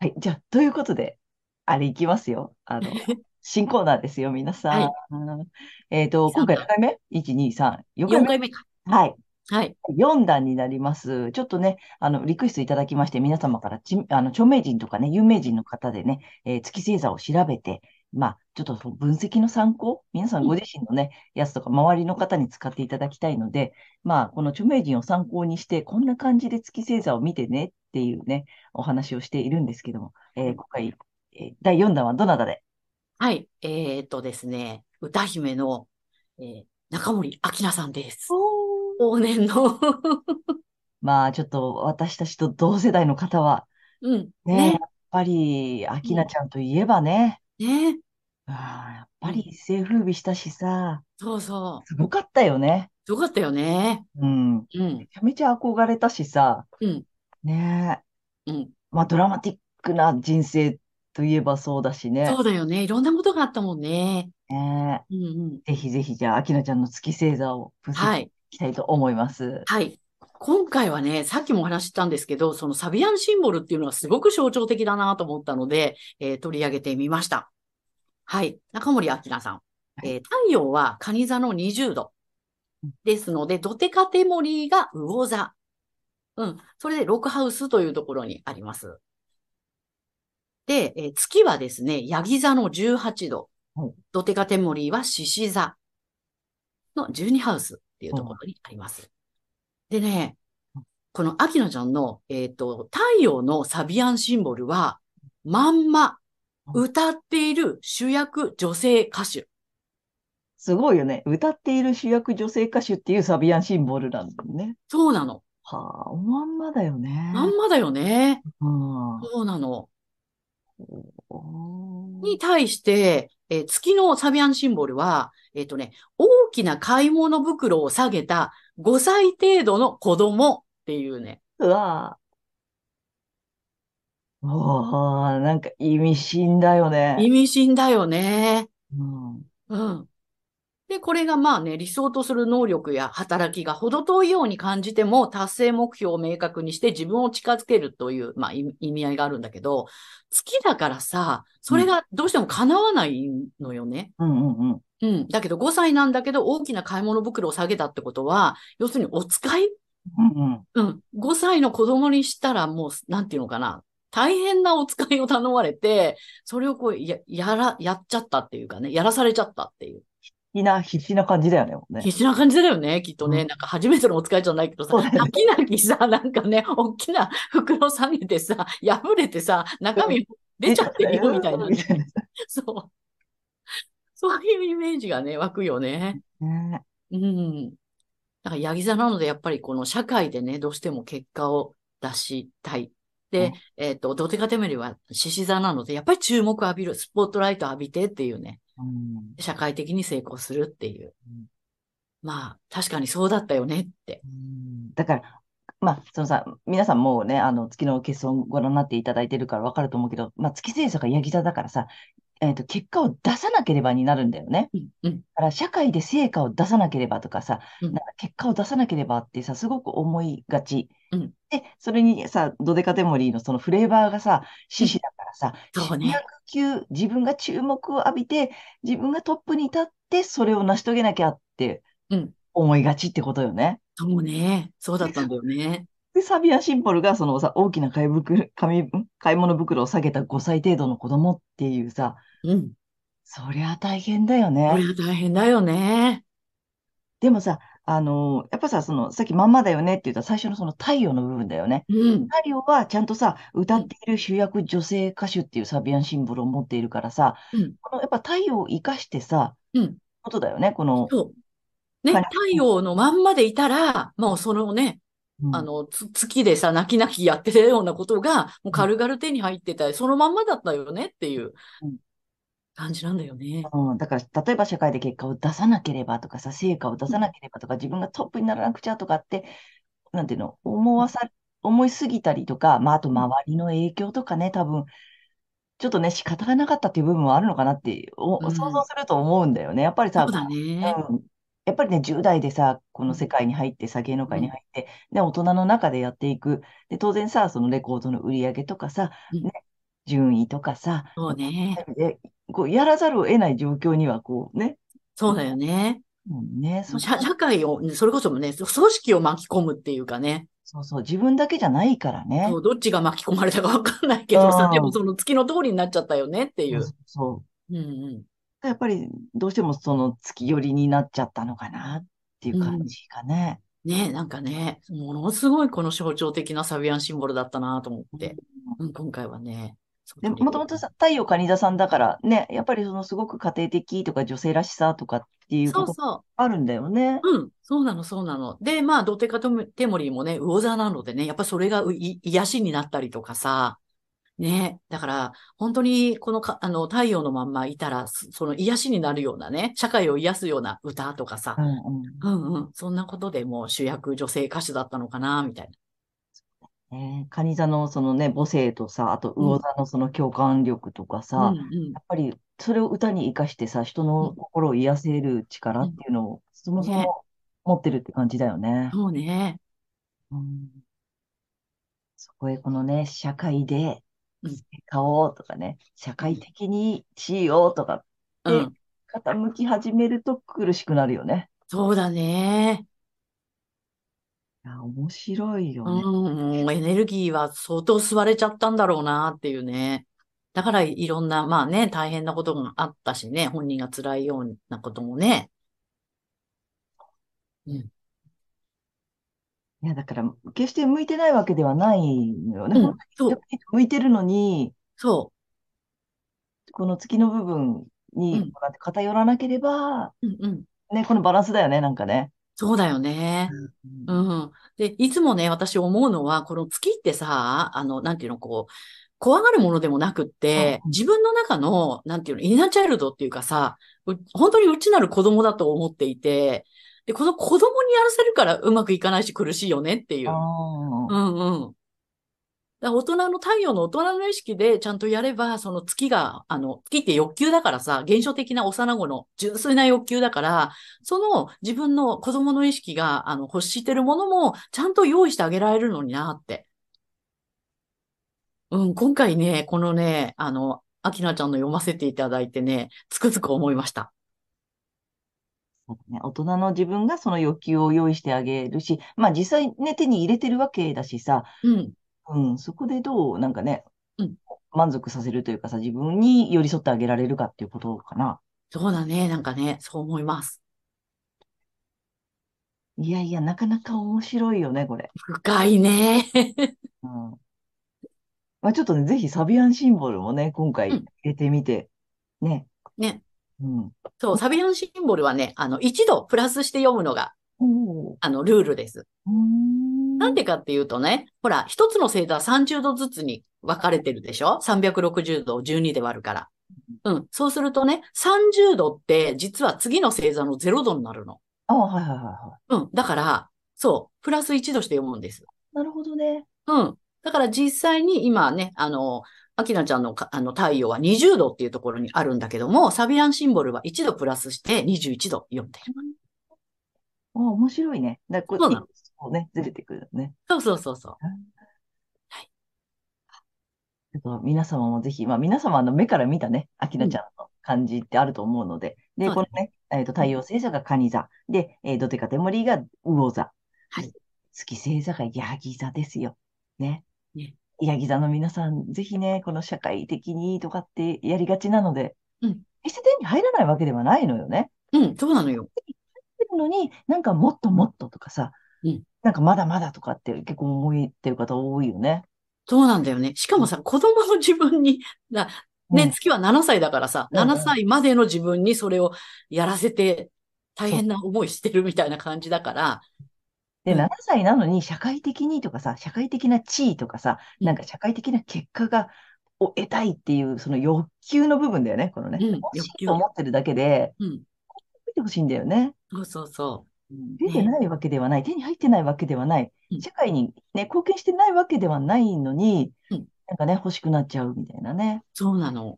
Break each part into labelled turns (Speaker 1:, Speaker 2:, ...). Speaker 1: はい、じゃあ、ということで、あれいきますよ。あ の、新コーナーですよ、皆
Speaker 2: は
Speaker 1: さ
Speaker 2: い。
Speaker 1: ん。えっと、
Speaker 2: そ
Speaker 1: 今
Speaker 2: う
Speaker 1: 回
Speaker 2: か。
Speaker 1: 何回目 ?1、2、3、4回
Speaker 2: 4
Speaker 1: 目
Speaker 2: 回目か。
Speaker 1: はい。
Speaker 2: はい。
Speaker 1: 4段になります。ちょっとね、あの、リクエストいただきまして、皆様からち、あの、著名人とかね、有名人の方でね、えー月星座を調べて、まあ、ちょっとその分析の参考、皆さん
Speaker 2: う
Speaker 1: ご
Speaker 2: ん。
Speaker 1: 自身のね、やつとか、周りの方に使っていただきたいので、まあ、この著名人を参考にして、こんな感じで月星座を見てねっていうね、お話をしているんですけども、えー今回、えー第4弾はどなたで
Speaker 2: はい。えーっとですね、歌姫の、えー中森明菜さんです。
Speaker 1: おー
Speaker 2: 往年の
Speaker 1: まあ、ちょっと私たちと同世代の方は、
Speaker 2: うん。
Speaker 1: ね、や
Speaker 2: ね。
Speaker 1: っぱり、アキ
Speaker 2: う
Speaker 1: ナ
Speaker 2: ん。
Speaker 1: ちゃんといえばね、
Speaker 2: ね。
Speaker 1: ああ、やっ
Speaker 2: う
Speaker 1: ぱり
Speaker 2: ん。
Speaker 1: 一世風靡したしさ、
Speaker 2: そうそ
Speaker 1: すごかったよね。
Speaker 2: う。よかったよね。
Speaker 1: うん。め
Speaker 2: うん。
Speaker 1: ちゃめちゃ憧れたしさ、
Speaker 2: うん。
Speaker 1: ねえ。
Speaker 2: うん。
Speaker 1: まあ、ドラマティックな人生といえばそうだしね。
Speaker 2: そうだよね。いろんなことがあったもんね。
Speaker 1: ね
Speaker 2: うんうん。
Speaker 1: えぜひぜひ、じゃあ、アキナちゃんの月星座を分析して
Speaker 2: はいい。
Speaker 1: きたいと思います。
Speaker 2: はい。今回はね、さっきもお話ししたんですけど、そのサビアンシンボルっていうのはすごく象徴的だなと思ったので、えー取り上げてみました。はい。中森明菜さん。
Speaker 1: は
Speaker 2: えー
Speaker 1: い。
Speaker 2: 太陽は蟹座の20度。
Speaker 1: うん
Speaker 2: ですので、ドテカテモリーが魚座。うん。それで、ロクハウスというところにあります。で、えー月はですね、ヤギ座の18度。
Speaker 1: はい
Speaker 2: ドテカテモリーは獅子座の12ハウスっていう
Speaker 1: う
Speaker 2: と
Speaker 1: ん
Speaker 2: ころにあります。でね、この秋野ちゃんの、えっと、太陽のサビアンシンボルは、まんま
Speaker 1: うん
Speaker 2: 歌っている主役女性歌手。
Speaker 1: すごいよね。歌っている主役女性歌手っていうサビアンシンボルなんだよね。
Speaker 2: そうなの。
Speaker 1: はあ、おまんまだよ
Speaker 2: まん
Speaker 1: ね。
Speaker 2: まだよね。
Speaker 1: うん。
Speaker 2: そうなの。
Speaker 1: おー
Speaker 2: に対して、えー月のサビアンシンボルは、えっとね、大きな買い物袋を下げた5歳程度の子供っていうね。
Speaker 1: うわあ、おーなんか意味深だよね。
Speaker 2: 意味深だよね。
Speaker 1: うん。
Speaker 2: うん。で、これがまあね、理想とする能力や働きが程遠いように感じても、達成目標を明確にして自分を近づけるという、まあ、意意味合いがあるんだけど、月だからさ、
Speaker 1: う
Speaker 2: それ
Speaker 1: ん、
Speaker 2: がどうしても叶わないのよね。
Speaker 1: うん、うん、うん。
Speaker 2: うん。だけど5歳なんだけど、大きな買い物袋を下げたってことは、要するにお使い
Speaker 1: うんうん
Speaker 2: うん。5歳の子供にしたらもう、なんていうのかな。大変なお使いを頼まれて、それをこう、や、やら、やっちゃったっていうかね、やらされちゃったっていう。
Speaker 1: 必死な、必死な感じだよね、もうね。
Speaker 2: 必死な感じだよね、きっと
Speaker 1: う
Speaker 2: ね。
Speaker 1: ん、
Speaker 2: なんか初めてのお使いじゃないけどさ、
Speaker 1: そうだよ
Speaker 2: 泣
Speaker 1: ね。
Speaker 2: き泣きさ、なんかね、大きな袋下げてさ、破れてさ、中
Speaker 1: うん
Speaker 2: 身出
Speaker 1: 出
Speaker 2: ち
Speaker 1: ち
Speaker 2: ゃ
Speaker 1: ゃっ
Speaker 2: って
Speaker 1: た
Speaker 2: るよ、み
Speaker 1: よ、
Speaker 2: たいな
Speaker 1: み
Speaker 2: ね。
Speaker 1: たいな。
Speaker 2: そう。そういうイメージがね、湧くよね。
Speaker 1: ね
Speaker 2: うん。だから、ヤギ座なので、やっぱりこの社会でね、どうしても結果を出したい。
Speaker 1: う
Speaker 2: で、
Speaker 1: ん
Speaker 2: えっと、ドテカテメリは獅子座なので、やっぱり注目浴びる、スポットライト浴びてっていうね、
Speaker 1: うん
Speaker 2: 社会的に成功するっていう。
Speaker 1: うん
Speaker 2: まあ、確かにそうだったよねって。
Speaker 1: うんだから、まあ、そのさ、皆さんもうね、あの、月の欠損ご覧になっていただいてるからわかると思うけど、まあ、月星座がヤギ座だからさ、えっと、結果を出さなければになるんだよね。
Speaker 2: うん、うん、
Speaker 1: だから社会で成果を出さなければとかさ、
Speaker 2: う
Speaker 1: な
Speaker 2: ん、
Speaker 1: んか結果を出さなければってさ、すごく思いがち。
Speaker 2: うん、
Speaker 1: で、それにさ、ドデカテモリーのそのフレーバーがさ、
Speaker 2: う
Speaker 1: 獅
Speaker 2: ん。
Speaker 1: 子だからさ、
Speaker 2: そう
Speaker 1: 主
Speaker 2: ね。
Speaker 1: 役級、自分が注目を浴びて、自分がトップに立って、それを成し遂げなきゃって
Speaker 2: うん。
Speaker 1: 思いがちってことよね。
Speaker 2: そうね。そうだ
Speaker 1: で、
Speaker 2: ったんだよね。
Speaker 1: でサビアシンボルがそのさ、大きな買い袋、紙ん買い物袋を下げた5歳程度の子供っていうさ、
Speaker 2: うん。
Speaker 1: そりゃ大変だよ
Speaker 2: これ
Speaker 1: ね。
Speaker 2: は大変だよね。
Speaker 1: でもさ、あのーやっぱさ、その、さっきまんまだよねって言った最初のその太陽の部分だよね。
Speaker 2: うん。
Speaker 1: 太陽はちゃんとさ、歌
Speaker 2: う
Speaker 1: っ
Speaker 2: ん。
Speaker 1: ている主役女性歌手っていうサビアンシンボルを持っているからさ、
Speaker 2: うん。
Speaker 1: このやっぱ太陽を生かしてさ、
Speaker 2: うん。
Speaker 1: ことだよね、この、
Speaker 2: そう。ね。
Speaker 1: 彼
Speaker 2: 太陽のまんまでいたら、もうそのね、
Speaker 1: う
Speaker 2: あ
Speaker 1: ん、
Speaker 2: の、つ、月でさ、泣き泣きやってたようなことが、もう
Speaker 1: うん、
Speaker 2: 軽々手に入ってたり、そのまんまだったよねっていう
Speaker 1: うん
Speaker 2: 感じなんだよね。
Speaker 1: うんだから、例えば社会で結果を出さなければとかさ、成果を出
Speaker 2: う
Speaker 1: さ
Speaker 2: ん。
Speaker 1: なければとか、自分がトップにならなくちゃとかって、なんていうの、思わさ、思いすぎたりとか、まあ、あと
Speaker 2: うん。
Speaker 1: 周りの影響とかね、多分、ちょっとね、仕方がなかったっていう部分もあるのかなって
Speaker 2: う
Speaker 1: お、想像
Speaker 2: ん
Speaker 1: すると思うんだよね。やっぱり
Speaker 2: そう
Speaker 1: さ、
Speaker 2: だね。
Speaker 1: うん、やっぱりね、10代でさ、こ
Speaker 2: う
Speaker 1: の
Speaker 2: ん。
Speaker 1: 世界に入ってさ、芸能
Speaker 2: う
Speaker 1: 界に
Speaker 2: ん。
Speaker 1: 入って、で、大人の中でやっていく。で、当然さ、そのレコードの売り上げとかさ、
Speaker 2: うん。
Speaker 1: ね順位とかさ、
Speaker 2: そうね。
Speaker 1: でこうやらざるを得ない状況にはこうね、
Speaker 2: そうだよね。
Speaker 1: もうね、そ
Speaker 2: 社社会を、それこそね、組織を巻き込むっていうかね。
Speaker 1: そうそう、自分だけじゃないからね。
Speaker 2: そうどっちが巻き込まれたかわかんないけどさ
Speaker 1: う、ん
Speaker 2: でもその月の通りになっちゃったよねってい
Speaker 1: そう
Speaker 2: う。
Speaker 1: そうそう
Speaker 2: うんうん。
Speaker 1: やっぱりどうしてもその月寄りになっちゃったのかなっていう感じかね。
Speaker 2: ねなんかね、ものすごいこの象徴的なサビアンシンボルだったなと思って、うん、今回はね。
Speaker 1: でももともと
Speaker 2: さ
Speaker 1: さ、太陽蟹座さんだからね、やっぱりそのすごく家庭的とか女性らしさとかっていう
Speaker 2: そ
Speaker 1: こ
Speaker 2: う
Speaker 1: とが
Speaker 2: そ
Speaker 1: あるんだよね。
Speaker 2: う。うん。そうなの、そうなの。で、まあ、ドテカとテモリーもね、魚座なのでね、やっぱそれがうい癒しになったりとかさ、ね。だから、本当に、このか、あの、太陽のまんまいたら、そその癒しになるようなね、社会を癒すような歌とかさ、
Speaker 1: うんうん
Speaker 2: うんうん。そんなことでもう主役女性歌手だったのかな、みたいな。
Speaker 1: ね蟹座のそのね、母性とさ、あと
Speaker 2: うん
Speaker 1: 魚座のその共感力とかさ、
Speaker 2: うんうん
Speaker 1: やっぱりそれを歌に生かしてさ、人の心を癒せる力っていうのをそもそ
Speaker 2: ね
Speaker 1: も持ってるって感じだよね。
Speaker 2: そうね。
Speaker 1: うんそこへこのね、社会で
Speaker 2: うん
Speaker 1: 買おうとかね、社会的にしようとか
Speaker 2: う
Speaker 1: で
Speaker 2: ん。
Speaker 1: 傾き始めると苦しくなるよね。
Speaker 2: そうだね。
Speaker 1: いや、面白いよ
Speaker 2: う
Speaker 1: ね。
Speaker 2: ん、もうエネルギーは相当吸われちゃったんだろうなっていうね。だからいろんな、まあね、大変なことがあったしね、本人が辛いようなこともね。
Speaker 1: いや、だから、決して向いてないわけではないよね。
Speaker 2: うん、そう、
Speaker 1: 向いてるのに、
Speaker 2: そ
Speaker 1: この月の部分
Speaker 2: う
Speaker 1: に
Speaker 2: ん
Speaker 1: なんて偏らなければ、
Speaker 2: う。うんうん。
Speaker 1: ね、このバランスだよね、なんかね。
Speaker 2: そうだよね。
Speaker 1: うん
Speaker 2: うん。で、いつもね、私思うのは、この月ってさ、あの、なんていうの、こう、怖がるものでもなくって、
Speaker 1: うん
Speaker 2: 自分の中の、なんていうの、インナーチャイルドっていうかさ、う本当に内なる子供だと思っていて、で、この子供にやらせるからうまくいかないし苦しいよねっていう。
Speaker 1: あ
Speaker 2: う
Speaker 1: あ、
Speaker 2: んうん。だから大人の太陽の大人の意識でちゃんとやれば、その月が、あの、月って欲求だからさ、現象的な幼子の純粋な欲求だから、その自分の子供の意識が、あの、欲してるものもちゃんと用意してあげられるのになって。うん、今回ね、このね、あの、アキナちゃんの読ませていただいてね、つくづく思いました。
Speaker 1: そうだね。大人の自分がその欲求を用意してあげるし、まあ実際ね、手に入れてるわけだしさ、
Speaker 2: うん、
Speaker 1: うん、そこでどう、なんかね
Speaker 2: うん、
Speaker 1: 満足させるというかさ、自分に寄り添ってあげられるかっていうことかな。
Speaker 2: そうだね、なんかね、そう思います。
Speaker 1: いやいや、なかなか面白いよね、これ。
Speaker 2: 深いね。
Speaker 1: うん。まあちょっとね、ぜひサビアンシンボルもね、今回
Speaker 2: うん
Speaker 1: 入れてみて、ね。
Speaker 2: ね。
Speaker 1: うん。
Speaker 2: そう、サビアンシンボルはね、あの、一度プラスして読むのが、
Speaker 1: おー
Speaker 2: あの、ルールです。
Speaker 1: うーん
Speaker 2: なんでかっていうとね、ほら、一つの星座は30度ずつに分かれてるでしょ ?360 度を12で割るから。うん。そうするとね、30度って実は次の星座の0度になるの。
Speaker 1: あ、はいはいはいは
Speaker 2: うん。だから、そう、プラス1度して読むんです。
Speaker 1: い。なるほどね。
Speaker 2: うん。だから実際に今ね、あの、アキナちゃんのかあの太陽は20度っていうところにあるんだけども、サビアンシンボルは1度プラスして21度読んでる。
Speaker 1: あ、面白いね。だからこ
Speaker 2: そう
Speaker 1: れ、
Speaker 2: なの
Speaker 1: こうね、ずれてくるね。
Speaker 2: そうそうそうそう。
Speaker 1: ちょっと皆様もぜひ、まあ皆様の目から見たね、アキナちゃんの感じってあると思うので、で、
Speaker 2: そう
Speaker 1: この
Speaker 2: だ
Speaker 1: ね、えっと、太陽星座がカニ座、で、えードテカテモリーが魚座、
Speaker 2: はい
Speaker 1: 月星座がヤギ座ですよ。ね。
Speaker 2: ね
Speaker 1: ヤギ座の皆さん、ぜひね、この社会的にとかってやりがちなので、
Speaker 2: うん
Speaker 1: 決して手に入らないわけではないのよね。
Speaker 2: うん、そうなのよ。
Speaker 1: ってるのに、なんかもっともっととかさ、
Speaker 2: うん
Speaker 1: なんかまだまだとかって結構思いってる方多いよね。
Speaker 2: そうなんだよね。しかもさ、子供の自分に、なね、
Speaker 1: うん
Speaker 2: 月は7歳だからさ、
Speaker 1: うんうん
Speaker 2: 7歳までの自分にそれをやらせて、大変な思いしてるみたいな感じだから、
Speaker 1: で、
Speaker 2: うん
Speaker 1: 7歳なのに社会的にとかさ、社会的な地位とかさ、
Speaker 2: うん
Speaker 1: なんか社会的な結果が、を得たいっていう、その欲求の部分だよね、このね。
Speaker 2: うん
Speaker 1: 欲し
Speaker 2: 欲
Speaker 1: い
Speaker 2: 求
Speaker 1: と思ってるだけで、
Speaker 2: うん、
Speaker 1: 見てほしいんだよね。
Speaker 2: そうそうそ
Speaker 1: 出てないわけではない、手に入ってないわけではない
Speaker 2: うん、
Speaker 1: 社会にね、貢献してないわけではないのに
Speaker 2: うん、
Speaker 1: なんかね、欲しくなっちゃうみたいなね。
Speaker 2: う、そうなの。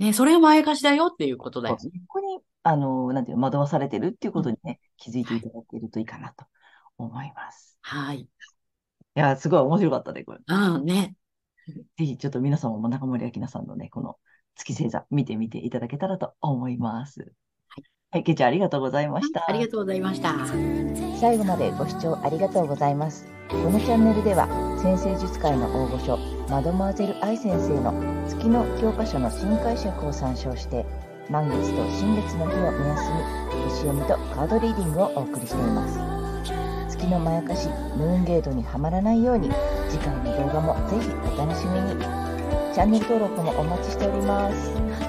Speaker 2: ね、それが前貸しだよっていうことだよ
Speaker 1: そ
Speaker 2: ね。
Speaker 1: こに、あの、なんていうの、惑わされてるっていうことにね、気づいていただけるといいかなと思います。
Speaker 2: はい。
Speaker 1: いや、すごい面白かったね、これ。
Speaker 2: うん、ね。
Speaker 3: ぜひちょっと皆様も中森明菜さんのね、この月星座見てみていただけたらと思います。はい、けちゃんありがとうございました。
Speaker 2: ありがとうございました。
Speaker 1: 最後までご視聴ありがとうございます。このチャンネルでは、先生術界の大御所、マドモアゼル愛先生の月の教科書の新解釈を参照して、満月と新月の日を目安に、星読みとカードリーディングをお送りしています。月のまやかし、ムーンゲートにはまらないように、次回の動画もぜひお楽しみに。チャンネル登録もお待ちしております。